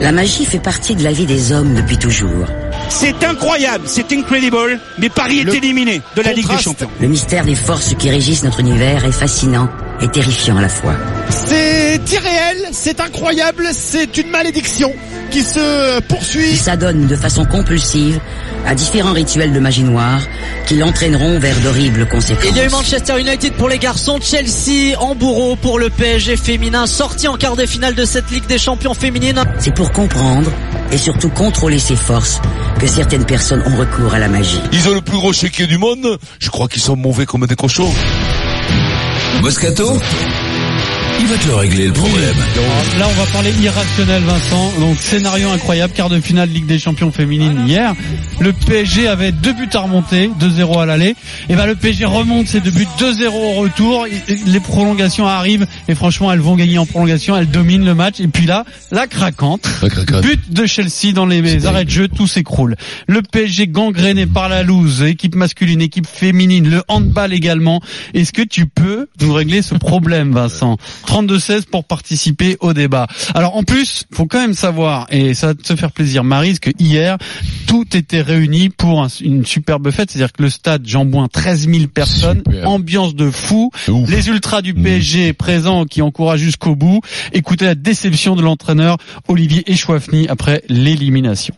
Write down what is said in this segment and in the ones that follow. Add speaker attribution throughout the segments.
Speaker 1: La magie fait partie de la vie des hommes depuis toujours.
Speaker 2: C'est incroyable, c'est incredible, mais Paris est éliminé de la Ligue des Champions.
Speaker 1: Le mystère des forces qui régissent notre univers est fascinant et terrifiant à la fois.
Speaker 3: C'est irréel, c'est incroyable, c'est une malédiction qui se
Speaker 1: Il
Speaker 3: poursuit.
Speaker 1: s'adonne de façon compulsive à différents rituels de magie noire qui l'entraîneront vers d'horribles conséquences.
Speaker 4: Il y a eu Manchester United pour les garçons, Chelsea en bourreau pour le PSG féminin, sorti en quart de finale de cette Ligue des Champions féminine.
Speaker 1: C'est pour comprendre et surtout contrôler ses forces que certaines personnes ont recours à la magie.
Speaker 5: Ils ont le plus gros chéquier du monde. Je crois qu'ils sont mauvais comme des cochons.
Speaker 6: Moscato Il va te le régler le problème.
Speaker 7: Alors, Là, on va parler irrationnel, Vincent. Donc, scénario incroyable, quart de finale Ligue des Champions féminine hier. Le PSG avait deux buts à remonter, 2-0 à l'aller. Et ben, le PSG remonte ses deux buts, 2-0 au retour. Et- et Les prolongations arrivent et franchement, elles vont gagner en prolongation. Elles dominent le match. Et puis là, la craquante. But de Chelsea dans les arrêts de jeu, tout s'écroule. Le PSG gangréné par la loose, équipe masculine, équipe féminine, le handball également. Est-ce que tu peux nous régler ce problème, Vincent 32-16 pour participer au débat. Alors en plus, faut quand même savoir, et ça va te faire plaisir, Marise, que hier, tout était réuni pour un- une superbe fête. C'est-à-dire que le stade jambouin 13 000 personnes,
Speaker 5: Super.
Speaker 7: ambiance de fou.
Speaker 5: C'est ouf.
Speaker 7: Les ultras du
Speaker 5: Mhm.
Speaker 7: PSG présents qui encouragent jusqu'au bout. Écoutez la déception de l'entraîneur Olivier Echouafny après l'élimination.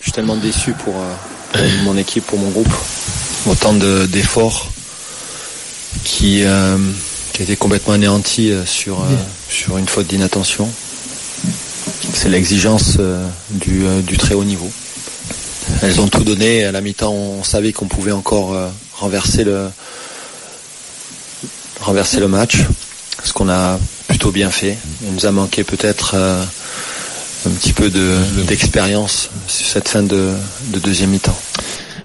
Speaker 8: Je suis tellement déçu pour, euh, pour mon équipe, pour mon groupe. Autant de- d'efforts qui, euh, qui étaient complètement anéantis euh, sur, euh, sur une faute d'inattention. C'est l'exigence euh, du, euh, du très haut niveau. Elles ont tout donné. À la mi-temps, on savait qu'on pouvait encore euh, renverser le renverser le match, ce qu'on a plutôt bien fait. Il nous a manqué peut-être euh, un petit peu de- d'expérience sur cette fin de, de deuxième mi-temps.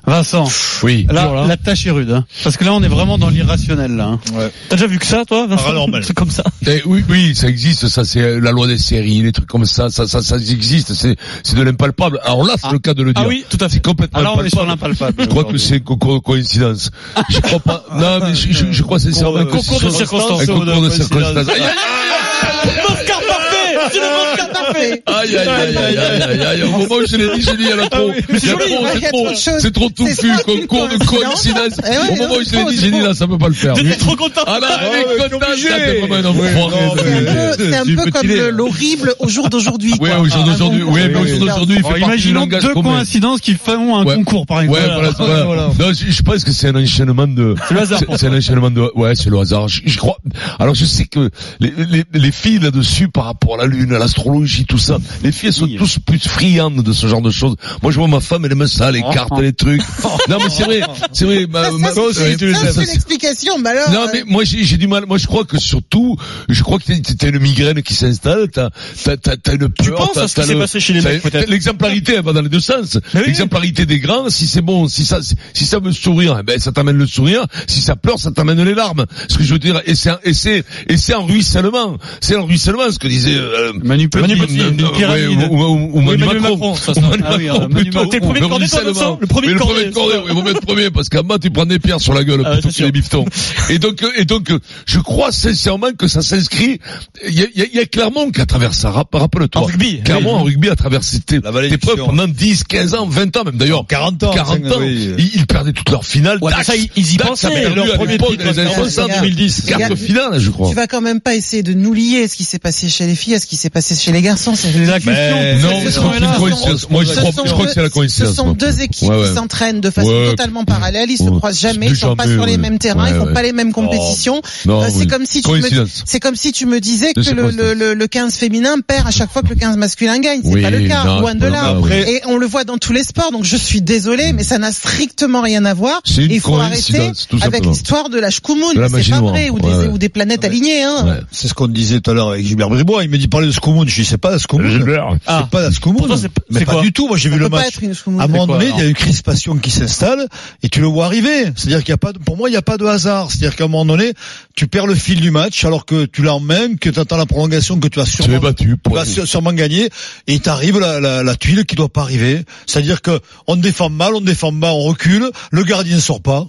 Speaker 7: Vincent,
Speaker 5: Oui.
Speaker 7: là,
Speaker 9: Dur, là.
Speaker 7: la tâche est rude. hein. Parce que là, on est vraiment dans l'irrationnel. Là, hein.
Speaker 9: T'as déjà vu que ça, toi, Vincent
Speaker 7: Paranormal.
Speaker 9: C'est comme ça.
Speaker 5: Eh oui, oui, ça existe, ça c'est euh, la loi des séries, les trucs comme ça, ça, ça, ça existe, c'est, c'est de l'impalpable. Alors là, c'est
Speaker 7: Ah.
Speaker 5: le cas de le dire.
Speaker 7: oui,
Speaker 5: tout à fait. C'est complètement
Speaker 7: Alors, on est sur
Speaker 5: impalpable.
Speaker 7: l'impalpable.
Speaker 5: Je crois que c'est co- co- coïncidence. Je crois pas. Non, mais je, je, je crois sincèrement
Speaker 9: Un
Speaker 5: que
Speaker 9: concours
Speaker 5: c'est
Speaker 9: de
Speaker 5: sur-
Speaker 9: circonstances.
Speaker 5: Un concours de
Speaker 9: Coïncidence.
Speaker 5: circonstances.
Speaker 9: Aïe,
Speaker 4: Oscar parfait C'est le Oscar parfait
Speaker 5: Aïe, aïe, aïe, aïe, aïe, aïe, aïe. Au moment où je l'ai dit, je l'ai dit, il y en a trop. Il y a trop, c'est trop, c'est trop touffu, concours de coïncidence. Au moment où je l'ai dit, j'ai dit, là, ça peut pas le faire.
Speaker 9: J'étais trop content.
Speaker 5: Ah là,
Speaker 9: Ouais,
Speaker 5: elle est
Speaker 9: ouais,
Speaker 5: contente,
Speaker 9: obligé.
Speaker 5: là, t'es vraiment un enfoiré.
Speaker 10: C'est un peu comme le- l'horrible au jour d'aujourd'hui.
Speaker 5: Oui,
Speaker 10: quoi.
Speaker 5: au jour d'aujourd'hui,
Speaker 10: Un bon
Speaker 5: oui, mais
Speaker 10: concours
Speaker 5: au jour d'aujourd'hui, il
Speaker 7: Alors,
Speaker 5: fait partie du
Speaker 7: Oh, imaginons
Speaker 5: langage
Speaker 7: deux
Speaker 5: commun.
Speaker 7: coïncidences qui feront un
Speaker 5: Ouais.
Speaker 7: concours, par
Speaker 5: Ouais,
Speaker 7: exemple.
Speaker 5: voilà, c'est voilà.
Speaker 7: Voilà.
Speaker 5: Non, je, je pense que c'est un enchaînement de.
Speaker 9: C'est le hasard, pour
Speaker 5: C'est un enchaînement de. Ouais, c'est le hasard. Je, je crois. Alors, je sais que les, les, les filles là-dessus, par rapport à la lune, à l'astrologie, tout ça, les filles elles sont tous plus friandes de ce genre de choses. Moi, je vois ma femme, elle aime ça, les cartes, les trucs. Non, mais c'est vrai, c'est vrai. Ma, ma-
Speaker 10: Ça,
Speaker 5: ouais,
Speaker 10: c'est- ça, c'est une explication, mais alors,
Speaker 5: non
Speaker 10: euh,
Speaker 5: mais moi j'ai j'ai du mal. Moi je crois que surtout, je crois que t'as- t'as une migraine qui s'installe, t'as t'as t'as t'as une peur.
Speaker 9: Tu penses
Speaker 5: t'as-
Speaker 9: à ce qui
Speaker 5: t'as
Speaker 9: s'est
Speaker 5: le-
Speaker 9: passé chez les
Speaker 5: t'as-
Speaker 9: mecs, peut-être
Speaker 5: L'exemplarité elle va dans les deux sens.
Speaker 9: Mais oui.
Speaker 5: L'exemplarité des grands, si c'est bon, si ça si ça veut sourire, eh ben ça t'amène le sourire. Si ça pleure, ça t'amène les larmes. Ce que je veux dire, et c'est un- et c'est et c'est un ruissellement. C'est un ruissellement, ce que disait. Euh,
Speaker 7: Manu Petit.
Speaker 9: Manu Petit,
Speaker 5: euh,
Speaker 9: une
Speaker 5: euh,
Speaker 9: pyramide.
Speaker 5: ouais, ou, ou- ou
Speaker 9: Oui,
Speaker 5: Manu
Speaker 9: Emmanuel
Speaker 5: Macron.
Speaker 9: Macron, ça,
Speaker 5: Ou
Speaker 9: ça.
Speaker 5: Manu
Speaker 7: Ah oui,
Speaker 5: hein, Macron,
Speaker 7: euh, Manu
Speaker 5: plutôt.
Speaker 7: Macron.
Speaker 9: T'es le premier
Speaker 5: Ou
Speaker 9: de cordée, toi,
Speaker 5: ruissellement.
Speaker 9: Vincent Le premier
Speaker 5: Mais
Speaker 9: de
Speaker 5: le premier
Speaker 9: cordée,
Speaker 5: de cordée, oui, vous êtes premier, parce qu'en bas, tu prends des pierres sur la gueule,
Speaker 9: Ah,
Speaker 5: plutôt
Speaker 9: c'est
Speaker 5: que des
Speaker 9: sûr.
Speaker 5: bifetons. Et donc, euh, et donc, euh, je crois sincèrement que ça s'inscrit. Il y a, il y a- il y a Clermont qui a traversé ça. Rapp- Rappelle-toi.
Speaker 9: En rugby.
Speaker 5: Clermont en rugby a traversé tes
Speaker 6: La vallée
Speaker 5: tes
Speaker 6: du
Speaker 5: preuves
Speaker 6: Sion.
Speaker 5: pendant 10, 15 ans, 20 ans même d'ailleurs.
Speaker 6: 40 ans,
Speaker 5: 40 ans.
Speaker 6: c'est- oui.
Speaker 5: Ils, ils perdaient toutes leurs finales.
Speaker 9: Ouais, mais
Speaker 5: Dax,
Speaker 9: ça, ils- ils y
Speaker 5: Dax
Speaker 9: pensaient,
Speaker 5: a perdu
Speaker 9: leur
Speaker 5: à
Speaker 9: premier
Speaker 5: l'époque
Speaker 9: titre
Speaker 5: dans les années
Speaker 10: national.
Speaker 5: 60,
Speaker 10: Regarde.
Speaker 5: 2010. Quart de
Speaker 10: Regarde.
Speaker 5: finale, je crois.
Speaker 10: tu vas quand même pas essayer de nous lier ce qui s'est passé chez les filles à ce qui s'est passé chez les garçons. C'est la
Speaker 5: Mais non,
Speaker 10: Ce
Speaker 5: je
Speaker 10: sont-
Speaker 5: crois que c'est une
Speaker 10: ce sont-
Speaker 5: coïncidence. Moi, je
Speaker 10: ce
Speaker 5: crois,
Speaker 10: sont
Speaker 5: je crois
Speaker 10: deux-
Speaker 5: que c'est la coïncidence.
Speaker 10: Ce sont
Speaker 5: moi.
Speaker 10: deux équipes
Speaker 5: Ouais, ouais.
Speaker 10: qui s'entraînent de façon
Speaker 5: Ouais.
Speaker 10: totalement parallèle. Ils se
Speaker 5: Ouais.
Speaker 10: croisent jamais,
Speaker 5: Du
Speaker 10: ils sont pas
Speaker 5: jamais,
Speaker 10: sur les
Speaker 5: ouais.
Speaker 10: mêmes terrains,
Speaker 5: Ouais,
Speaker 10: ils font
Speaker 5: ouais. Oh.
Speaker 10: pas les mêmes compétitions.
Speaker 5: Non,
Speaker 10: Euh,
Speaker 5: oui.
Speaker 10: c'est comme si tu me dis-
Speaker 5: coïncidence.
Speaker 10: c'est comme si tu me disais que
Speaker 5: Je sais
Speaker 10: le,
Speaker 5: pas, c'est-
Speaker 10: le, le, le 15 féminin perd à chaque fois que le 15 masculin gagne. C'est
Speaker 5: Oui,
Speaker 10: pas le cas,
Speaker 5: non,
Speaker 10: loin
Speaker 5: c'est
Speaker 10: de
Speaker 5: pas
Speaker 10: là.
Speaker 5: le cas, oui.
Speaker 10: Et on le voit dans tous les sports, donc je suis désolé, mais ça n'a strictement rien à voir.
Speaker 5: C'est une
Speaker 10: Et il faut arrêter
Speaker 5: coïncidence, tout
Speaker 10: avec
Speaker 5: simplement.
Speaker 10: l'histoire de la
Speaker 5: De la
Speaker 10: Shkumun, c'est
Speaker 5: magie
Speaker 10: pas
Speaker 5: noire,
Speaker 10: vrai, ou
Speaker 5: ouais,
Speaker 10: des,
Speaker 5: ouais.
Speaker 10: ou des planètes alignées. Hein.
Speaker 5: Ouais.
Speaker 6: C'est ce qu'on disait tout à l'heure avec Gilbert Bribois. Il me dit parler de Scoumoun. Je dis c'est pas la Scoumoun.
Speaker 9: Ah.
Speaker 6: C'est pas la Scoumoun.
Speaker 9: Pour toi, c'est pas-
Speaker 6: Mais
Speaker 9: c'est
Speaker 6: pas
Speaker 9: quoi
Speaker 6: du tout. Moi j'ai vu
Speaker 10: Ça
Speaker 6: le
Speaker 10: peut pas
Speaker 6: match.
Speaker 10: être une Shkumun.
Speaker 6: À un moment
Speaker 9: quoi,
Speaker 6: donné, il y a
Speaker 9: alors
Speaker 6: une crispation qui s'installe et tu le vois arriver. C'est-à-dire qu'il y a pas, de- pour moi, il n'y a pas de hasard. C'est-à-dire qu'à un moment donné, tu perds le fil du match alors que tu l'emmènes, que tu attends la prolongation, que tu as
Speaker 5: Tu l'es
Speaker 6: sûrement,
Speaker 5: battu.
Speaker 6: tu
Speaker 5: point.
Speaker 6: vas sû- sûrement gagné et il t'arrive la, la, la tuile qui doit pas arriver. C'est-à-dire que on défend mal, on défend bas, on recule, le gardien sort pas.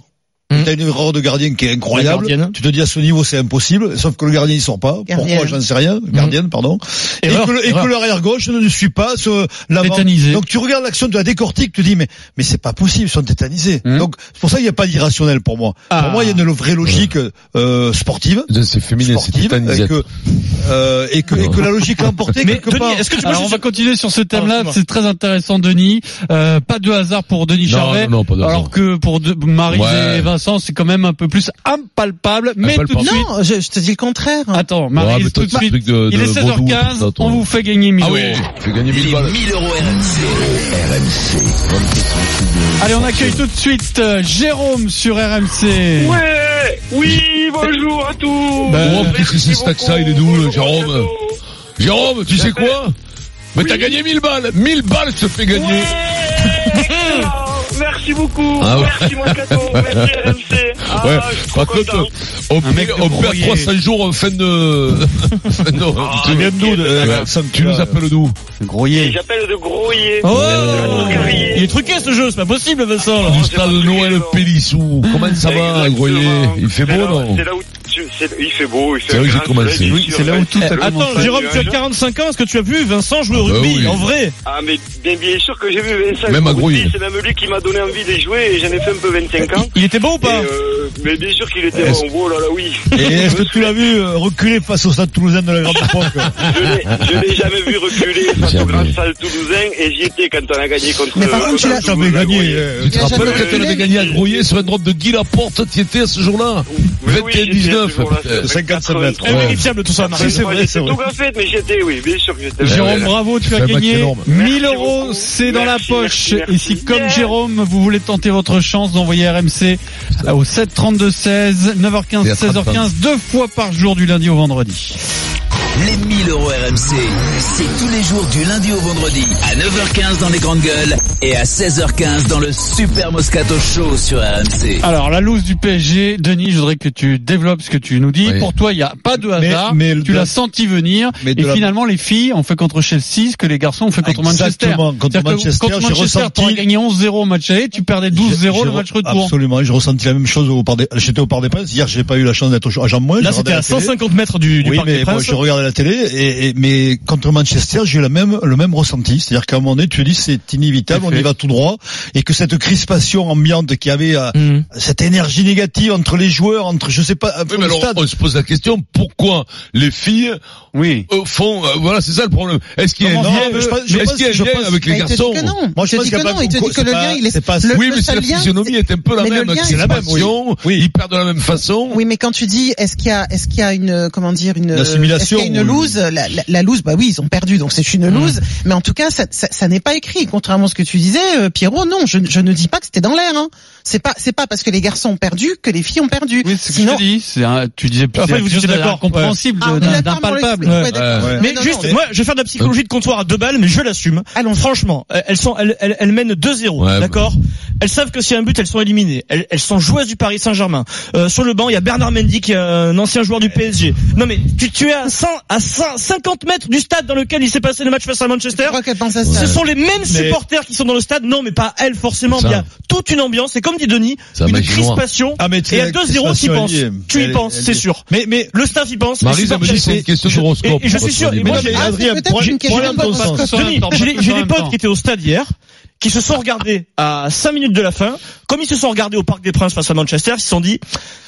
Speaker 6: tu T'as une erreur de gardien qui est incroyable.
Speaker 9: La gardienne.
Speaker 6: Tu te dis à ce niveau c'est impossible, sauf que le gardien il sort pas.
Speaker 10: Gardienne.
Speaker 6: Pourquoi j'en sais rien. Gardienne, pardon.
Speaker 9: Erreur,
Speaker 6: et que, le- et
Speaker 9: erreur.
Speaker 6: que l'arrière gauche ne suit pas ce l'avant.
Speaker 7: Tétanisé.
Speaker 6: Donc tu regardes l'action, tu la décortiques, tu dis mais mais c'est pas possible, ils sont tétanisés.
Speaker 7: Mhm.
Speaker 6: Donc c'est pour ça qu'il n'y a pas d'irrationnel pour moi. Pour moi il y a une vraie logique euh, sportive.
Speaker 5: C'est féminin, c'est
Speaker 6: sportive,
Speaker 5: tétanisé.
Speaker 6: et que, euh, et que, et que la logique l'emportait
Speaker 7: Mais
Speaker 6: quelque
Speaker 7: Denis,
Speaker 6: part.
Speaker 7: est-ce que tu
Speaker 6: Alors,
Speaker 7: Alors, on va continuer sur ce
Speaker 6: Pardon,
Speaker 7: thème-là,
Speaker 6: excuse-moi.
Speaker 7: c'est très intéressant Denis. Euh, pas de hasard pour Denis
Speaker 5: Non,
Speaker 7: Charvet.
Speaker 5: non, non, pas de hasard.
Speaker 7: Alors que pour de- Marie
Speaker 5: Ouais.
Speaker 7: et Vincent, c'est quand même un peu plus impalpable, mais tout
Speaker 5: Impalpable.
Speaker 7: de suite.
Speaker 10: Non, je, je te dis le contraire.
Speaker 7: Attends,
Speaker 5: Ouais,
Speaker 7: Marie,
Speaker 5: mais toi,
Speaker 7: tout de
Speaker 5: tu fais
Speaker 7: suite.
Speaker 5: un truc de-
Speaker 7: Il
Speaker 5: de
Speaker 7: est
Speaker 5: vaudou, ça,
Speaker 7: 16h15,
Speaker 5: toi.
Speaker 7: on vous fait gagner 1000
Speaker 5: Ah
Speaker 7: euros.
Speaker 5: oui, tu gagnes 1000 balles.
Speaker 7: Allez, on accueille tout de suite euh, Jérôme sur RMC.
Speaker 2: Ouais Oui, bonjour à tous
Speaker 7: Ben,
Speaker 5: Oh, qu'est-ce que c'est ce taxa, il est d'où, le Jérôme Jérôme, tu sais quoi Mais t'as gagné 1000 balles 1000 balles se fait gagner
Speaker 2: Oh, Merci beaucoup
Speaker 5: Ah ouais.
Speaker 2: Merci mon cadeau Merci RMC ah,
Speaker 5: Ouais,
Speaker 2: je suis trop
Speaker 5: par contre,
Speaker 2: content.
Speaker 5: on
Speaker 7: Un mec
Speaker 5: perd,
Speaker 7: de
Speaker 5: on perd
Speaker 7: Montpellier.
Speaker 5: 300 jours en fin de... fin de- tu
Speaker 2: viens de nous,
Speaker 6: euh,
Speaker 2: de-
Speaker 5: Ouais. euh, Tu nous appelles d'où
Speaker 2: Et J'appelle de Groyer
Speaker 9: Oh
Speaker 2: Carrier.
Speaker 9: Il est truqué ce jeu, c'est pas possible Vincent là.
Speaker 5: Du stade
Speaker 2: pas
Speaker 5: Noël
Speaker 2: possible.
Speaker 5: Pélissou. Comment ça va,
Speaker 2: Exactement.
Speaker 5: Groyer Il fait
Speaker 2: C'est
Speaker 5: beau,
Speaker 2: là-
Speaker 5: non
Speaker 2: C'est là où tu- c'est- il fait beau, il fait
Speaker 5: C'est là où j'ai
Speaker 2: un grand
Speaker 5: commencé.
Speaker 2: soleil,
Speaker 5: Oui,
Speaker 2: bien
Speaker 9: c'est
Speaker 2: sûr,
Speaker 9: là où
Speaker 2: ouais.
Speaker 9: tout a Attends,
Speaker 2: commencé.
Speaker 9: Jérôme, tu as 45 ans, est-ce que tu as vu Vincent jouer au
Speaker 5: Ah bah
Speaker 9: rugby
Speaker 5: oui.
Speaker 9: En vrai
Speaker 2: Ah mais bien, bien sûr que j'ai vu Vincent.
Speaker 5: Même à
Speaker 2: Coutu,
Speaker 5: Groyer.
Speaker 2: C'est même lui qui m'a donné envie de jouer et j'en ai fait un peu 25 ans.
Speaker 9: Il était bon ou
Speaker 2: Et,
Speaker 9: pas
Speaker 2: euh, mais bien sûr qu'il était bon. Oh là là, oui.
Speaker 6: Et est-ce que tu l'as vu euh, reculer face au stade toulousain de la Grande Euh, Époque
Speaker 2: Je l'ai- je l'ai jamais vu reculer face au
Speaker 5: Jamais.
Speaker 2: grand stade toulousain et j'y étais quand on a gagné contre.
Speaker 10: Mais par contre, tu l'as-
Speaker 2: contre
Speaker 6: Ça avait
Speaker 2: Toulouse, à
Speaker 6: gagné.
Speaker 2: Groyer.
Speaker 6: euh,
Speaker 5: Tu te
Speaker 10: Il a jamais
Speaker 5: rappelles quand on
Speaker 10: reculé.
Speaker 5: avait gagné à Groyer sur un drop de Guy Laporte, t'y étais à ce jour-là
Speaker 2: Oui, oui, j'étais ce
Speaker 5: 21-19.
Speaker 2: jour-là,
Speaker 5: Euh,
Speaker 6: 55 mètres.
Speaker 5: Ouais.
Speaker 9: Invérifiable tout ça,
Speaker 2: Moi,
Speaker 9: Marie.
Speaker 6: c'est vrai,
Speaker 2: j'étais
Speaker 6: c'est vrai.
Speaker 2: tout graffé, mais j'étais, oui, bien sûr que j'étais.
Speaker 5: Ouais,
Speaker 7: Jérôme,
Speaker 5: ouais.
Speaker 7: bravo, tu
Speaker 5: C'est
Speaker 7: as
Speaker 5: un match
Speaker 7: gagné
Speaker 5: énorme.
Speaker 7: 1000
Speaker 2: Merci
Speaker 7: euros,
Speaker 2: beaucoup.
Speaker 7: c'est dans la
Speaker 2: Merci,
Speaker 7: poche.
Speaker 2: merci, merci.
Speaker 7: Et si, comme
Speaker 2: Yeah.
Speaker 7: Jérôme, vous voulez tenter votre chance d'envoyer RMC euh, au 7 32 16, 9h15,
Speaker 5: Et à
Speaker 7: 16h15, deux fois par jour du lundi au vendredi.
Speaker 11: Les 1000 euros RMC, c'est tous les jours du lundi au vendredi à 9h15 dans les grandes gueules et à 16h15 dans le Super Moscato Show sur RMC.
Speaker 7: Alors, la loose du PSG, Denis, je voudrais que tu développes ce que tu nous dis.
Speaker 5: Oui.
Speaker 7: Pour toi, il n'y a pas de hasard.
Speaker 6: mais le-
Speaker 7: tu l'as senti venir.
Speaker 6: mais de
Speaker 7: et
Speaker 6: la-
Speaker 7: finalement, les filles ont fait contre Chelsea ce que les garçons ont fait contre Manchester.
Speaker 6: Exactement, contre
Speaker 7: C'est-à-dire que
Speaker 6: Manchester,
Speaker 7: contre
Speaker 6: j'ai
Speaker 7: Manchester,
Speaker 6: ressenti-
Speaker 7: t'aurais gagné 11-0 au match aller, tu perdais 12-0 le
Speaker 6: J'ai-
Speaker 7: match
Speaker 6: j'ai-
Speaker 7: retour.
Speaker 6: Absolument, j'ai ressenti la même chose au Parc des- J'étais au Parc des Princes. Hier, j'ai pas eu la chance d'être au- à jean Moulin.
Speaker 9: Là
Speaker 6: j'ai
Speaker 9: c'était
Speaker 6: regardé
Speaker 9: à
Speaker 6: la télé.
Speaker 9: 150 mètres du, du
Speaker 6: oui,
Speaker 9: Parc
Speaker 6: mais
Speaker 9: des
Speaker 6: bon,
Speaker 9: Princes.
Speaker 6: je regardais la télé et, et- mais contre Manchester, j'ai eu la même le même ressenti, c'est-à-dire qu'à un moment donné, tu te dis c'est inévitable, on y va tout droit, et que cette crispation ambiante qu'il y avait, euh,
Speaker 9: Mhm.
Speaker 6: cette énergie négative entre les joueurs, entre je sais pas, entre
Speaker 5: Oui, mais
Speaker 6: le
Speaker 5: alors, euh,
Speaker 6: stade.
Speaker 5: on se pose la question, pourquoi les filles
Speaker 7: Oui.
Speaker 5: euh, font... euh, voilà, c'est ça le problème. Est-ce qu'il y a
Speaker 6: Non,
Speaker 5: un
Speaker 6: non,
Speaker 5: lien,
Speaker 6: mais je pense- je
Speaker 5: est-ce
Speaker 6: pense-
Speaker 5: qu'il y a un
Speaker 6: je
Speaker 5: lien
Speaker 6: pense-
Speaker 5: avec
Speaker 10: Mais
Speaker 5: les
Speaker 10: il te dit
Speaker 5: garçons
Speaker 10: que non.
Speaker 6: Moi, je
Speaker 10: Il te
Speaker 6: pense
Speaker 10: dit
Speaker 6: qu'il y a
Speaker 10: que
Speaker 6: pas
Speaker 10: non, il te dit
Speaker 6: beaucoup-
Speaker 10: que le
Speaker 6: c'est
Speaker 10: lien,
Speaker 6: pas-
Speaker 10: il est-
Speaker 6: c'est pas-
Speaker 10: le-
Speaker 5: Oui,
Speaker 10: le
Speaker 5: mais c'est la
Speaker 10: seul lien,
Speaker 5: physionomie est un peu la
Speaker 10: mais le
Speaker 5: même.
Speaker 10: lien,
Speaker 5: c'est
Speaker 10: il
Speaker 5: la
Speaker 10: est pas-
Speaker 5: même action,
Speaker 6: oui.
Speaker 5: ils perdent de la même façon.
Speaker 10: Oui, mais quand tu dis, est-ce qu'il y a, est-ce qu'il y a une, euh, comment dire, une,
Speaker 6: Une assimilation,
Speaker 10: est-ce qu'il y a une
Speaker 6: ou-
Speaker 10: loose, la, la, la loose, bah oui, ils ont perdu, donc c'est une loose, mais en tout cas, ça, ça, ça n'est pas écrit, contrairement à ce que tu disais, euh, Pierrot, non, je, je ne dis pas que c'était dans l'air, hein. C'est pas, c'est pas parce que les garçons ont perdu que les filles ont perdu.
Speaker 7: Oui, c'est ce que
Speaker 10: Sinon,
Speaker 7: je te dis. C'est un- tu disais
Speaker 9: Enfin,
Speaker 7: c'est
Speaker 9: vous
Speaker 7: quelque
Speaker 9: étiez
Speaker 7: chose
Speaker 9: d'accord,
Speaker 7: d'incompréhensible,
Speaker 10: Ah, on est
Speaker 7: d'un-
Speaker 10: d'accord pour les-
Speaker 7: d'impalpable.
Speaker 10: ouais,
Speaker 5: Ouais.
Speaker 10: d'accord.
Speaker 5: Ouais.
Speaker 9: Mais
Speaker 10: non,
Speaker 9: juste,
Speaker 10: non,
Speaker 9: moi, je vais faire de la psychologie de comptoir à deux balles, mais je l'assume.
Speaker 10: Allons-y.
Speaker 9: Franchement, euh, elles sont, elles, elles, elles mènent 2-0,
Speaker 5: Ouais,
Speaker 9: d'accord. Elles savent que s'il y a un but, elles sont éliminées. Elles, elles sont joueuses du Paris Saint-Germain. Euh, sur le banc, il y a Bernard Mendy qui est un ancien joueur du PSG. Non mais tu, tu es à 100, à 100, 50 mètres du stade dans lequel il s'est passé le match face à
Speaker 10: je
Speaker 9: Manchester.
Speaker 10: crois qu'elle pense à
Speaker 9: Ce
Speaker 10: ça.
Speaker 9: sont les mêmes supporters qui sont dans le stade. Non, mais pas elles forcément.
Speaker 5: Ça.
Speaker 9: Il y a toute une ambiance. Et comme dit Denis,
Speaker 5: Ça,
Speaker 9: une
Speaker 5: magie noire.
Speaker 9: crispation.
Speaker 6: Ah, mais tu
Speaker 9: et il y a
Speaker 6: sais,
Speaker 9: 2-0 qui
Speaker 6: crispation,
Speaker 9: pense.
Speaker 6: elle y est.
Speaker 9: Tu
Speaker 6: Elle
Speaker 9: y
Speaker 6: est-
Speaker 9: penses,
Speaker 6: elle
Speaker 9: c'est
Speaker 6: y est.
Speaker 9: sûr. Mais, mais le staff y pense. les
Speaker 5: Marisa me
Speaker 9: supporters y
Speaker 5: dit c'est une
Speaker 9: pensent.
Speaker 5: question
Speaker 9: Je-
Speaker 5: d'horoscope.
Speaker 9: et- et je suis sûr, et moi,
Speaker 5: Mais
Speaker 9: j'ai-
Speaker 10: Ah,
Speaker 6: Adrien,
Speaker 10: c'est peut-être
Speaker 6: problème-
Speaker 10: une question
Speaker 6: problème
Speaker 10: de bon
Speaker 6: de sens.
Speaker 10: sens.
Speaker 9: Denis,
Speaker 7: Attends,
Speaker 9: j'ai
Speaker 7: attends,
Speaker 9: des- j'ai des
Speaker 7: attends.
Speaker 9: potes qui étaient au stade hier, qui se sont regardés à 5 minutes de la fin, comme ils se sont regardés au Parc des Princes face à Manchester, ils se sont dit,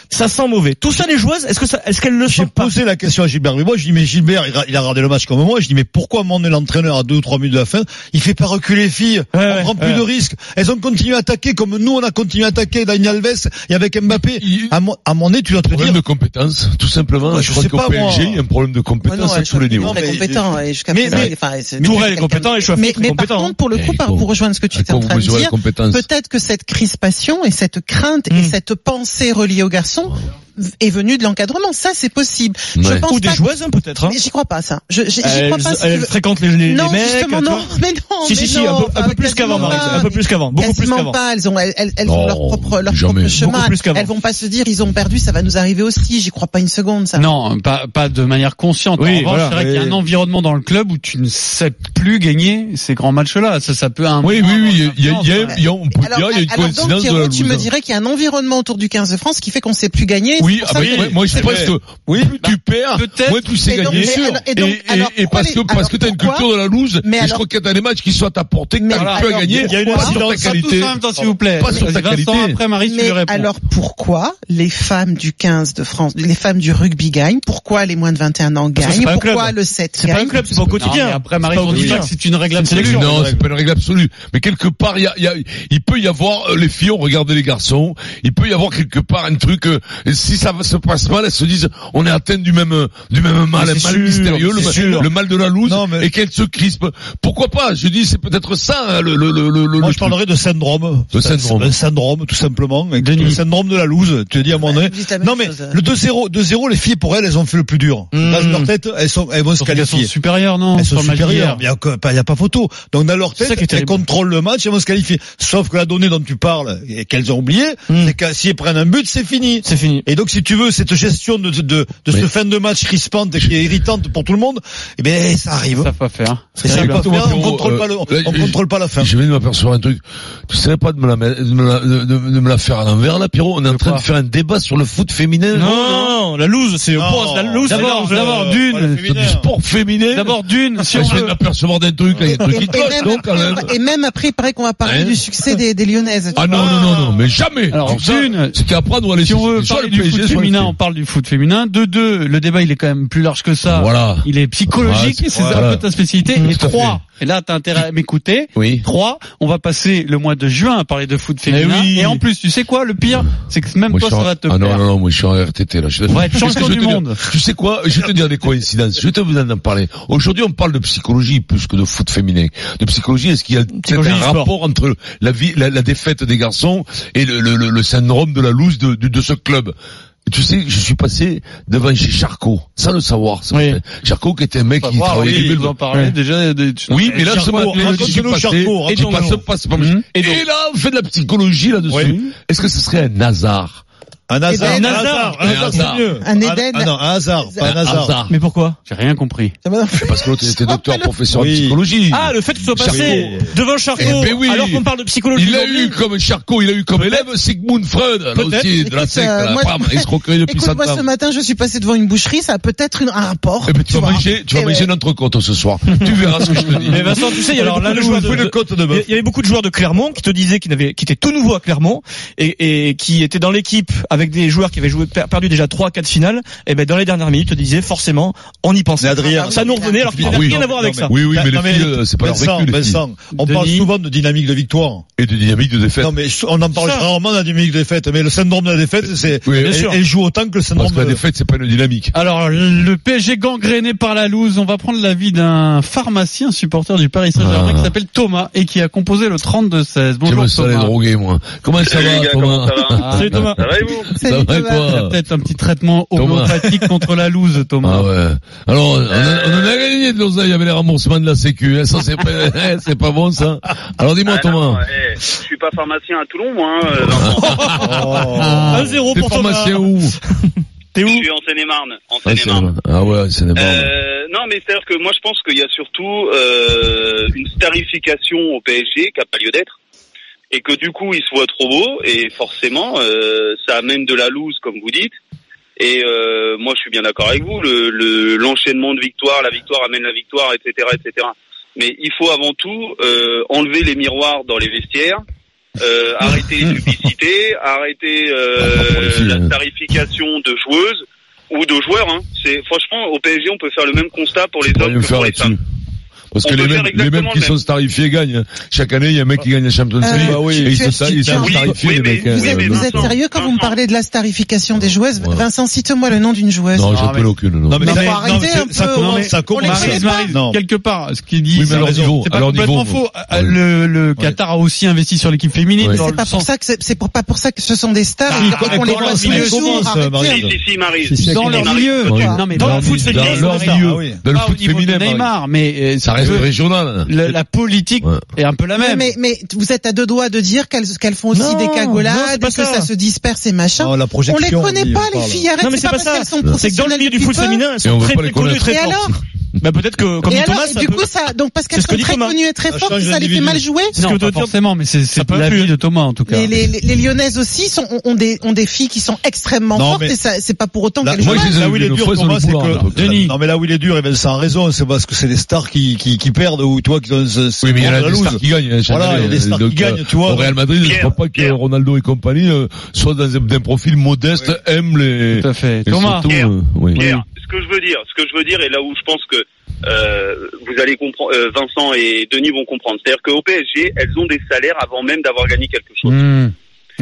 Speaker 9: ça sent mauvais. Tout ça, les joueuses, est-ce que ça, est-ce qu'elles le
Speaker 6: J'ai
Speaker 9: sentent pas?
Speaker 6: posé la question à Gilbert Dubois, je dis mais Gilbert, il a, il a regardé le match comme moi, je dis mais pourquoi mon l'entraîneur à deux ou trois minutes de la fin, il fait pas reculer les filles,
Speaker 9: Ouais,
Speaker 6: on
Speaker 9: ouais,
Speaker 6: prend plus
Speaker 9: ouais.
Speaker 6: de risques, elles ont continué à attaquer comme nous on a continué à attaquer Daniel Alves et avec Mbappé.
Speaker 5: Il-
Speaker 6: À mon, à mon nez, tu dois te
Speaker 5: problème
Speaker 6: dire.
Speaker 5: de compétence, tout simplement.
Speaker 6: Ouais,
Speaker 5: je
Speaker 6: je
Speaker 5: crois
Speaker 6: sais
Speaker 5: qu'au
Speaker 6: pas, moi.
Speaker 5: PSG, il y a un problème de
Speaker 10: Ouais, non,
Speaker 5: compétence à
Speaker 10: elle
Speaker 5: tous les
Speaker 10: est
Speaker 5: niveaux.
Speaker 10: très
Speaker 6: Mais-
Speaker 10: compétent, et jusqu'à
Speaker 6: mais-
Speaker 10: présent,
Speaker 6: mais-
Speaker 10: il est- enfin, c'est-
Speaker 9: Tourelle
Speaker 10: c'est
Speaker 9: est compétent
Speaker 10: quelqu'un-
Speaker 9: et Chouafet
Speaker 10: Mais,
Speaker 9: est
Speaker 10: mais par
Speaker 9: compétent, hein.
Speaker 10: contre, pour le
Speaker 5: Eh,
Speaker 10: coup, par-
Speaker 5: bon.
Speaker 10: pour rejoindre ce que tu
Speaker 5: À
Speaker 10: étais
Speaker 5: quoi
Speaker 10: en
Speaker 5: vous
Speaker 10: train de
Speaker 5: mesurez la
Speaker 10: dire,
Speaker 5: compétence
Speaker 9: Hmm.
Speaker 10: peut-être que cette crispation et cette crainte et cette pensée reliée aux garçons est venue de l'encadrement. Ça, c'est possible. Je
Speaker 9: Ouais.
Speaker 10: pense
Speaker 9: Ou des
Speaker 10: pas-
Speaker 9: joueuses, hein, peut-être, hein.
Speaker 10: Mais j'y crois pas, ça. Je, j'y j'y
Speaker 9: Elles-
Speaker 10: crois pas. si tu
Speaker 9: elles
Speaker 10: veux.
Speaker 9: fréquentent les- les
Speaker 10: non,
Speaker 9: mecs,
Speaker 10: justement,
Speaker 9: tu
Speaker 10: non,
Speaker 9: vois.
Speaker 10: mais non.
Speaker 9: Si, si,
Speaker 10: mais
Speaker 9: si, un
Speaker 10: non,
Speaker 9: peu- un peu
Speaker 10: pas-
Speaker 9: plus qu'avant,
Speaker 10: quasiment
Speaker 9: Marie,
Speaker 10: pas.
Speaker 9: un peu plus qu'avant, beaucoup plus
Speaker 10: Quasiment
Speaker 9: qu'avant.
Speaker 10: pas. Elles ont, elles, elles, elles ont
Speaker 5: Non,
Speaker 10: leur propre, leur
Speaker 5: jamais.
Speaker 10: propre chemin.
Speaker 7: Beaucoup plus qu'avant.
Speaker 10: Elles vont pas se dire, ils ont perdu, ça va nous arriver aussi. J'y crois pas une seconde, ça.
Speaker 7: Non, pas, pas de manière consciente.
Speaker 6: Oui,
Speaker 7: en revanche,
Speaker 6: voilà,
Speaker 7: c'est vrai
Speaker 6: oui.
Speaker 7: qu'il y a un environnement dans le club où tu ne sais plus gagner ces grands matchs-là. Ça, ça peut un
Speaker 5: Oui, oui, oui, il y a, il y a- il y a- on peut
Speaker 10: Alors,
Speaker 5: dire, il y a une
Speaker 10: alors donc,
Speaker 5: coïncidence de la
Speaker 10: Pierrot, tu me
Speaker 5: loose.
Speaker 10: dirais qu'il y a un environnement autour du 15 de France qui fait qu'on sait plus gagner.
Speaker 5: Oui,
Speaker 10: C'est pour
Speaker 5: ah
Speaker 10: ça
Speaker 5: bah,
Speaker 10: que-
Speaker 5: ouais, moi je
Speaker 6: c'est
Speaker 5: pense
Speaker 6: vrai.
Speaker 5: que oui,
Speaker 7: Bah,
Speaker 5: plus tu perds,
Speaker 7: peut-être.
Speaker 5: moins tu sais
Speaker 10: Et donc,
Speaker 5: gagner.
Speaker 10: Bah, mais alors- et donc,
Speaker 5: Et- et-
Speaker 10: alors,
Speaker 5: et parce que
Speaker 10: pourquoi les-
Speaker 5: parce que t'as une
Speaker 10: alors,
Speaker 5: culture de la loose.
Speaker 10: Mais
Speaker 5: et je
Speaker 10: alors-
Speaker 5: crois qu'il y a des matchs qui sont à ta portée, que
Speaker 10: Mais
Speaker 5: t'arrives plus à
Speaker 10: alors-
Speaker 5: gagner.
Speaker 10: Il y a une
Speaker 5: pas sur ta
Speaker 7: Silence, pas
Speaker 5: qualité.
Speaker 7: tous en même temps, hein, s'il vous plaît.
Speaker 5: Pas sur
Speaker 7: Vas-y,
Speaker 5: ta
Speaker 7: Vincent,
Speaker 5: qualité.
Speaker 7: après, Marie, tu
Speaker 10: Mais
Speaker 7: lui réponds.
Speaker 10: alors pourquoi les femmes du 15 de France, les femmes du rugby gagnent Pourquoi les moins de 21 ans
Speaker 5: Ah,
Speaker 9: que c'est
Speaker 10: gagnent
Speaker 9: pas un
Speaker 10: Pourquoi
Speaker 9: club.
Speaker 10: le 7
Speaker 9: C'est pas un
Speaker 10: gagne
Speaker 9: club, c'est pas au quotidien.
Speaker 7: Non, mais après,
Speaker 9: C'est
Speaker 7: Marie,
Speaker 9: pas au
Speaker 7: on dit
Speaker 9: quotidien.
Speaker 7: pas que c'est une règle
Speaker 9: C'est une
Speaker 7: absolue.
Speaker 9: sélection,
Speaker 5: Non,
Speaker 9: la
Speaker 5: c'est pas une règle absolue. Mais quelque part, il y a, il y a- il peut y avoir euh, les filles ont regardé les garçons. Il peut y avoir quelque part un truc. euh, et si ça va- se passe mal, elles se disent on est atteint du même euh, du même mal, un mal
Speaker 6: C'est sûr,
Speaker 5: mystérieux, le,
Speaker 6: c'est sûr.
Speaker 5: le mal de la loose,
Speaker 6: Non, mais-
Speaker 5: et qu'elles se crispent. Pourquoi pas Je dis c'est peut-être ça hein, le le le le. le
Speaker 6: Moi, je
Speaker 5: truc.
Speaker 6: parlerais de syndrome.
Speaker 5: De
Speaker 6: C'est un-
Speaker 5: syndrome.
Speaker 6: c'est Un syndrome, tout simplement. Et
Speaker 7: Denis.
Speaker 6: Le syndrome de la loose. Tu as dit à un moment donné.
Speaker 10: Vous dites la même
Speaker 6: Non, mais
Speaker 10: chose.
Speaker 6: le 2-0, 2-0, les filles, pour elles, elles ont fait le plus dur.
Speaker 9: Mm.
Speaker 6: Dans leur tête, elles sont, elles vont se
Speaker 7: Parce qu'elles sont
Speaker 6: qualifier.
Speaker 7: supérieures, non
Speaker 6: Elles sont
Speaker 7: sur le match
Speaker 6: supérieures. Il
Speaker 7: d'hier.
Speaker 6: n'y a, que- pas- il y a pas photo. Donc, dans leur
Speaker 7: C'est ça
Speaker 6: tête,
Speaker 7: qui est
Speaker 6: elles
Speaker 7: terrible.
Speaker 6: contrôlent le match, elles vont se qualifier. Sauf que la donnée dont tu parles, et qu'elles ont oublié,
Speaker 9: Mm.
Speaker 6: c'est que si elles prennent un but, c'est fini.
Speaker 9: C'est fini.
Speaker 6: Et donc, si tu veux, cette gestion de, de, de de ce
Speaker 5: Mais-
Speaker 6: fin de match crispante et qui est irritante pour tout le monde, eh ben, ça
Speaker 7: Ils
Speaker 6: arrive.
Speaker 7: savent pas faire.
Speaker 6: Et ça
Speaker 7: terrible.
Speaker 6: peut faire, on
Speaker 5: Pierrot,
Speaker 6: contrôle
Speaker 5: euh,
Speaker 6: pas le, on
Speaker 5: là, je-
Speaker 6: contrôle pas la fin.
Speaker 5: Je viens de m'apercevoir un truc. Tu savais pas de me la, met- de me la, de, de- de me la faire à l'envers, là, Pierrot? On est en train de faire un débat sur le foot féminin.
Speaker 9: Non, non, la loose, c'est
Speaker 6: Non.
Speaker 9: pour- la loose. c'est
Speaker 7: D'abord,
Speaker 9: large,
Speaker 7: d'abord,
Speaker 9: euh,
Speaker 7: d'une.
Speaker 9: voilà, le
Speaker 5: Sur
Speaker 9: féminin.
Speaker 5: du sport féminin.
Speaker 7: D'abord, d'une, si
Speaker 5: Ah,
Speaker 7: on
Speaker 5: je viens
Speaker 7: veut.
Speaker 5: de m'apercevoir d'un truc, là. Il y a un truc qui
Speaker 10: Et
Speaker 5: cloche,
Speaker 10: même,
Speaker 5: non, quand même.
Speaker 10: après, et même après, il paraît qu'on va parler
Speaker 5: Hein
Speaker 10: du succès des, des Lyonnaises.
Speaker 5: Ah, non, non, non, non, mais jamais.
Speaker 7: Alors,
Speaker 5: ça,
Speaker 7: d'une,
Speaker 5: C'était à prendre ou à laisser.
Speaker 7: Si on veut
Speaker 5: Soit
Speaker 7: parler
Speaker 5: le
Speaker 7: du
Speaker 5: PSG,
Speaker 7: foot
Speaker 5: soit le
Speaker 7: féminin,
Speaker 5: PSG.
Speaker 7: on parle du foot féminin. De deux, le débat, il est quand même plus large que ça.
Speaker 5: Voilà.
Speaker 7: Il est psychologique,
Speaker 5: Ouais,
Speaker 7: c'est
Speaker 5: voilà.
Speaker 7: un peu ta spécialité.
Speaker 5: Mmh,
Speaker 7: Et
Speaker 5: tout à
Speaker 7: trois, et là, t'as intérêt à m'écouter.
Speaker 5: Oui.
Speaker 7: Trois, on va passer le mois de juin à parler de foot féminin.
Speaker 5: Eh oui.
Speaker 7: Et en plus, tu sais quoi, le pire, c'est que même
Speaker 5: Moi, je
Speaker 7: toi,
Speaker 5: suis
Speaker 7: ça
Speaker 5: en-
Speaker 7: va te
Speaker 5: ah non,
Speaker 7: plaire.
Speaker 5: non, non, moi je suis en RTT là. Je...
Speaker 7: On va être
Speaker 5: Qu'est-ce que
Speaker 7: champion
Speaker 5: je vais
Speaker 7: du
Speaker 5: te dire
Speaker 7: monde.
Speaker 5: Tu sais quoi Je vais te dire des coïncidences. Je vais te vous en parler. Aujourd'hui, on parle de psychologie plus que de foot féminin. De psychologie, est-ce qu'il y a peut-être
Speaker 9: Psychologie
Speaker 5: un
Speaker 9: du sport.
Speaker 5: rapport entre la, vie, la, la défaite des garçons et le, le, le, le syndrome de la loose de, de, de ce club tu sais, je suis passé devant chez Charcot, sans le savoir. ça.
Speaker 7: Oui. Bah,
Speaker 5: Charcot qui était un mec qui travaillait
Speaker 7: oui,
Speaker 5: du
Speaker 7: vous en parlez déjà. des- tu-
Speaker 5: oui, mais là, ce
Speaker 6: Charcot,
Speaker 5: matin, je suis
Speaker 6: raconte-nous,
Speaker 5: passé,
Speaker 6: Charcot,
Speaker 5: et tu
Speaker 6: raconte-nous.
Speaker 5: passes, passes, pas-
Speaker 7: Mhm.
Speaker 5: Et, là, on fait de la psychologie là-dessus.
Speaker 6: Oui.
Speaker 5: Est-ce que ce serait un hasard
Speaker 6: Un hasard,
Speaker 10: ben,
Speaker 6: un hasard, un
Speaker 5: un
Speaker 6: hasard,
Speaker 5: hasard.
Speaker 6: c'est mieux.
Speaker 10: Un Éden.
Speaker 6: Ah non, un hasard, pas un hasard.
Speaker 7: Mais pourquoi J'ai rien compris.
Speaker 5: Parce que l'autre il était docteur, professeur
Speaker 6: Oui.
Speaker 5: de psychologie.
Speaker 9: Ah, le fait que tu sois passé
Speaker 5: Charcot.
Speaker 9: devant Charcot,
Speaker 5: Eh ben oui.
Speaker 9: alors qu'on parle de psychologie.
Speaker 5: il a
Speaker 9: aujourd'hui.
Speaker 5: eu comme Charcot, il a eu comme élève Sigmund Freud, là
Speaker 9: Peut-être.
Speaker 5: aussi, de la
Speaker 10: Écoute,
Speaker 5: secte,
Speaker 10: euh,
Speaker 5: là,
Speaker 10: moi-
Speaker 5: bam, escroquerie depuis
Speaker 10: Écoute,
Speaker 5: 100
Speaker 10: moi,
Speaker 5: ans.
Speaker 10: ce matin, je suis passé devant une boucherie, ça a peut-être une- un rapport.
Speaker 5: Eh ben, tu,
Speaker 10: tu
Speaker 5: vas
Speaker 10: vois.
Speaker 5: manger, tu vas
Speaker 10: Eh
Speaker 5: manger
Speaker 10: ouais.
Speaker 5: notre coton ce soir. tu verras ce que je te dis.
Speaker 9: Mais Vincent, tu sais, il y avait
Speaker 7: Alors,
Speaker 9: beaucoup
Speaker 7: la
Speaker 9: de
Speaker 7: loose,
Speaker 9: joueurs de-
Speaker 7: oui, le
Speaker 9: de- il y avait beaucoup de joueurs de Clermont qui te disaient qu'ils n'avaient- qui étaient tout nouveaux à Clermont et, et qui étaient dans l'équipe avec des joueurs qui avaient joué, per- perdu déjà 3 4 finales et ben dans les dernières minutes te disaient forcément on y pensait.
Speaker 6: Mais Adrien,
Speaker 9: ça nous revenait alors qu'il n'avait
Speaker 5: Ah oui,
Speaker 9: rien à voir
Speaker 6: non,
Speaker 9: avec
Speaker 6: mais-
Speaker 9: ça.
Speaker 5: Oui, oui,
Speaker 6: Ben,
Speaker 5: mais
Speaker 6: non,
Speaker 5: les filles, euh, c'est pas leur
Speaker 6: Vincent,
Speaker 5: vécu, les filles.
Speaker 6: Vincent, on parle
Speaker 7: Denis.
Speaker 6: souvent de dynamique de victoire.
Speaker 5: Et de dynamique de défaite.
Speaker 6: Non, mais on en parle
Speaker 9: Ça.
Speaker 6: rarement de la dynamique de défaite, mais le syndrome de la défaite, c'est,
Speaker 5: Oui, bien
Speaker 6: elle,
Speaker 9: sûr.
Speaker 6: elle joue autant que le syndrome
Speaker 5: Parce que la
Speaker 6: de
Speaker 5: défaite, c'est pas une dynamique.
Speaker 7: Alors, le PSG gangréné par la loose, on va prendre l'avis d'un pharmacien supporter du Paris Saint-Germain
Speaker 5: Ah.
Speaker 7: qui s'appelle Thomas et qui a composé le 32-16. Bonjour
Speaker 5: J'aime ça les
Speaker 7: Thomas.
Speaker 5: droguer, moi. Comment ça va, Thomas
Speaker 7: Ah,
Speaker 9: Salut Thomas.
Speaker 8: Ça va et vous
Speaker 5: Ça
Speaker 10: Salut,
Speaker 5: va et
Speaker 10: Thomas.
Speaker 7: il y a
Speaker 5: quoi
Speaker 7: peut-être un petit traitement
Speaker 5: Thomas.
Speaker 7: homéopathique contre la loose, Thomas.
Speaker 5: Ah ouais. Alors, on, a- on en a gagné de l'oseille, il y avait les remboursements de la sécu. hein. Ça, c'est pas, c'est pas bon, ça. Alors, dis-moi,
Speaker 8: Ah, non,
Speaker 5: Thomas.
Speaker 8: eh, Je suis pas pharmacien à Toulon, moi. hein, euh, non.
Speaker 9: 1-0
Speaker 5: T'es
Speaker 9: pour Thomas.
Speaker 5: pharmacien où
Speaker 9: T'es
Speaker 8: Je
Speaker 9: où
Speaker 8: suis en Seine-et-Marne. En
Speaker 5: Ah,
Speaker 8: Seine-et-Marne.
Speaker 5: c'est- Ah ouais, c'est des barres.
Speaker 8: Euh, non, mais c'est-à-dire que moi, je pense qu'il y a surtout euh, une starification au PSG qui n'a pas lieu d'être. Et que du coup, ils se voient trop beaux. Et forcément, euh, ça amène de la loose, comme vous dites. Et euh, moi, je suis bien d'accord avec vous. le- le- L'enchaînement de victoires, la victoire amène la victoire, etc., etc. Mais il faut avant tout euh, enlever les miroirs dans les vestiaires. Euh, arrêter les publicités, arrêter
Speaker 5: Ah, pour les
Speaker 8: euh,
Speaker 5: filles, hein.
Speaker 8: la starification de joueuses ou de joueurs. Hein. C'est franchement au PSG, on peut faire le même constat pour les
Speaker 5: Faut rien
Speaker 8: hommes que
Speaker 5: faire
Speaker 8: pour les femmes.
Speaker 5: là-dessus. Parce
Speaker 12: On
Speaker 5: que
Speaker 12: peut
Speaker 5: les
Speaker 12: faire
Speaker 5: mêmes, les mêmes
Speaker 12: exactement
Speaker 5: qui
Speaker 12: le
Speaker 5: sont starifiés gagnent. Chaque année, il y a un mec qui gagne la Champions League.
Speaker 10: Euh,
Speaker 5: et ils, se, ils sont
Speaker 10: Oui,
Speaker 5: starifiés,
Speaker 10: oui,
Speaker 5: les
Speaker 10: mais
Speaker 5: mecs.
Speaker 10: vous,
Speaker 5: hein,
Speaker 10: êtes,
Speaker 5: donc.
Speaker 10: vous êtes sérieux quand vous me parlez de la starification des joueuses Vincent, cite-moi le nom d'une joueuse.
Speaker 5: Non, j'en connais aucune, non.
Speaker 10: Non, mais,
Speaker 5: Non,
Speaker 10: faut
Speaker 5: mais-
Speaker 10: arrêter
Speaker 5: non, mais
Speaker 10: un peu.
Speaker 5: ça commence-
Speaker 10: on-
Speaker 5: ça
Speaker 10: on
Speaker 5: commence-
Speaker 10: les
Speaker 5: Marie-
Speaker 10: connaît pas.
Speaker 5: Marie- Non.
Speaker 7: quelque part, ce qu'il dit,
Speaker 5: Oui, mais
Speaker 7: c'est
Speaker 5: à leur
Speaker 7: raison.
Speaker 5: niveau,
Speaker 7: C'est
Speaker 5: à
Speaker 7: pas
Speaker 5: leur
Speaker 7: complètement
Speaker 5: niveau,
Speaker 7: faux.
Speaker 5: vous-
Speaker 7: Euh, Le, le Qatar a aussi investi sur l'équipe féminine.
Speaker 10: Mais
Speaker 7: dans
Speaker 10: C'est
Speaker 7: le
Speaker 10: pas pour
Speaker 7: sens-
Speaker 10: ça que c'est c'est pour pas pour ça que ce sont des stars.
Speaker 7: Ah,
Speaker 10: et qu'on les voit tous les jours. arrêtez.
Speaker 12: Si, si, Marie.
Speaker 7: dans leur
Speaker 12: Marie.
Speaker 7: milieu.
Speaker 5: Oui.
Speaker 7: Non, mais
Speaker 5: Dans
Speaker 7: dans le
Speaker 5: le
Speaker 7: foot féminin,
Speaker 5: dans
Speaker 7: c'est
Speaker 5: leur
Speaker 7: comme ça.
Speaker 5: milieu.
Speaker 7: Ah oui.
Speaker 5: Dans le
Speaker 7: Pas
Speaker 5: foot
Speaker 7: au niveau de
Speaker 5: féminin,
Speaker 7: Neymar, mais
Speaker 5: Ça
Speaker 7: euh, si
Speaker 5: reste
Speaker 7: tu veux,
Speaker 5: régional.
Speaker 7: La, la politique est un peu la
Speaker 10: Mais,
Speaker 7: même.
Speaker 10: mais, mais vous êtes à deux doigts de dire qu'elles qu'elles font aussi
Speaker 9: Non,
Speaker 10: des
Speaker 9: non, c'est
Speaker 10: cagolades,
Speaker 9: pas
Speaker 10: que
Speaker 9: ça.
Speaker 10: ça se disperse et machin.
Speaker 6: Non,
Speaker 10: on
Speaker 6: la
Speaker 10: les
Speaker 6: projection,
Speaker 10: connaît
Speaker 6: oui,
Speaker 10: pas
Speaker 6: on
Speaker 10: les
Speaker 6: Oh, parle.
Speaker 10: filles. Arrête,
Speaker 9: Non, mais c'est pas
Speaker 10: parce
Speaker 9: ça.
Speaker 10: qu'elles sont
Speaker 9: C'est que dans le milieu
Speaker 10: professionnelles
Speaker 9: du foot
Speaker 10: depuis peu.
Speaker 9: féminin, elles
Speaker 5: Et on
Speaker 9: sont
Speaker 5: veut
Speaker 9: très
Speaker 5: pas les
Speaker 9: très connues,
Speaker 5: connaître.
Speaker 9: très
Speaker 10: Et
Speaker 9: fortes.
Speaker 10: alors
Speaker 9: Bah peut-être que comme
Speaker 10: Et
Speaker 9: dit
Speaker 10: alors,
Speaker 9: Thomas, ça
Speaker 10: du
Speaker 9: peut-
Speaker 10: coup, ça, donc parce qu'elles
Speaker 9: C'est ce que
Speaker 10: sont
Speaker 9: dit
Speaker 10: très
Speaker 9: Thomas.
Speaker 10: connues et très
Speaker 6: Ça
Speaker 10: fortes,
Speaker 6: change
Speaker 10: ça les fait
Speaker 6: l'individu.
Speaker 10: mal jouer.
Speaker 7: non,
Speaker 9: que
Speaker 7: pas
Speaker 9: de dire-
Speaker 7: forcément, mais c'est
Speaker 9: Ça
Speaker 7: c'est
Speaker 9: peut
Speaker 7: l'avis
Speaker 9: influer.
Speaker 7: de Thomas en tout cas.
Speaker 10: Les, les, les- les Lyonnaises aussi sont, ont- ont des, ont des filles qui sont extrêmement
Speaker 6: Non,
Speaker 10: fortes
Speaker 6: mais-
Speaker 10: et ça, c'est pas pour autant
Speaker 6: Là,
Speaker 10: qu'elles
Speaker 6: moi,
Speaker 10: jouent
Speaker 5: je
Speaker 10: mal.
Speaker 5: les ai
Speaker 6: là
Speaker 5: vus,
Speaker 6: où il
Speaker 5: les
Speaker 6: est dur
Speaker 5: Français
Speaker 6: pour
Speaker 5: ont
Speaker 6: moi,
Speaker 5: le
Speaker 6: c'est
Speaker 5: boulard, là, à peu
Speaker 6: que
Speaker 5: près.
Speaker 6: non mais là où il est dur, et ben ça a raison, c'est parce que c'est des stars qui qui, qui perdent ou toi qui donnent ce- ce-
Speaker 5: Oui, mais il y en a
Speaker 6: la
Speaker 5: des
Speaker 6: loose.
Speaker 5: stars qui gagnent. hein, chaque
Speaker 6: Voilà, il y a
Speaker 5: année,
Speaker 6: des
Speaker 5: hein.
Speaker 6: stars qui
Speaker 5: Donc,
Speaker 6: gagnent,
Speaker 5: euh,
Speaker 6: tu vois.
Speaker 5: Au Real Madrid, je
Speaker 12: Pierre,
Speaker 5: ne crois pas que
Speaker 12: Pierre.
Speaker 5: Ronaldo et compagnie euh, soient dans un, d'un profil modeste, aiment les.
Speaker 7: Tout à fait.
Speaker 5: et
Speaker 7: Thomas,
Speaker 5: surtout,
Speaker 12: Pierre.
Speaker 5: euh, oui.
Speaker 12: Pierre, ce que je veux dire, ce que je veux dire, et là où je pense que euh, vous allez comprendre, euh, Vincent et Denis vont comprendre, c'est-à-dire qu'au PSG, elles ont des salaires avant même d'avoir gagné quelque chose.
Speaker 5: Mm.
Speaker 7: Mmh.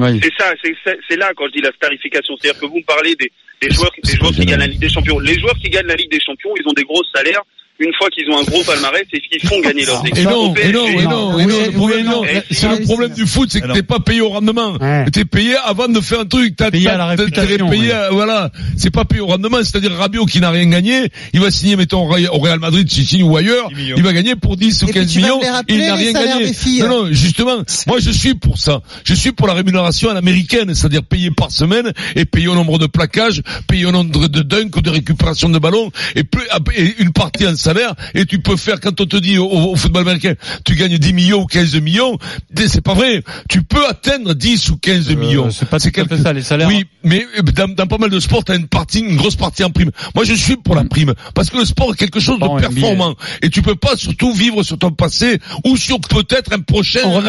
Speaker 7: Oui.
Speaker 12: C'est ça, c'est- c'est c'est là quand je dis la starification, c'est-à-dire que vous me parlez des, des joueurs,
Speaker 5: c'est
Speaker 12: des joueurs qui
Speaker 5: génial.
Speaker 12: gagnent la Ligue des Champions. Les joueurs qui gagnent la Ligue des Champions, ils ont des gros salaires. Une fois qu'ils ont un gros palmarès, c'est qu'ils font gagner leurs
Speaker 5: Et
Speaker 12: équipes. Au
Speaker 5: non,
Speaker 12: PSG,
Speaker 5: et non, et non, et
Speaker 7: Oui,
Speaker 5: non, le
Speaker 7: oui,
Speaker 5: problème,
Speaker 7: non.
Speaker 5: non.
Speaker 12: Eh,
Speaker 5: C'est le
Speaker 10: oui,
Speaker 5: problème
Speaker 10: c'est
Speaker 5: du foot, c'est que
Speaker 6: Alors.
Speaker 5: t'es pas payé au rendement.
Speaker 7: Ouais.
Speaker 5: T'es payé avant de faire un truc. T'as,
Speaker 7: Payé
Speaker 5: t'as-
Speaker 7: à la
Speaker 5: t'es- t'es
Speaker 7: réputation,
Speaker 5: payé,
Speaker 7: ouais.
Speaker 5: à- voilà. C'est pas payé au rendement. C'est-à-dire Rabiot qui n'a rien gagné, il va signer, mettons, au Real- au Real Madrid, s'il signe ou ailleurs,
Speaker 6: 10 millions.
Speaker 5: il va gagner pour 10 ou
Speaker 10: Et puis
Speaker 5: 15
Speaker 10: tu vas
Speaker 5: millions.
Speaker 10: me les rappeler,
Speaker 5: Il n'a
Speaker 10: les
Speaker 5: rien
Speaker 10: salaires
Speaker 5: gagné.
Speaker 10: des filles.
Speaker 5: Non, non, justement. Moi, je suis pour ça. Je suis pour la rémunération à l'américaine, c'est-à-dire payé par semaine et payé au nombre de plaquages, payé au nombre de dunks ou de récupération de ballons et, plus- et une partie en salaire. Et tu peux faire quand on te dit au, au football américain, tu gagnes 10 millions ou 15 millions. des- C'est pas vrai. Tu peux atteindre 10 ou 15 millions.
Speaker 7: Euh, c'est pas tout à fait
Speaker 5: quelque-
Speaker 7: ça, les salaires. hein.
Speaker 5: Oui, mais euh, dans, dans pas mal de sports, t'as une partie, une grosse partie en prime. Moi, je suis pour la prime parce que le sport est quelque chose
Speaker 7: Bon,
Speaker 5: de performant et tu peux pas surtout vivre sur ton passé ou sur peut-être un prochain.
Speaker 7: On revient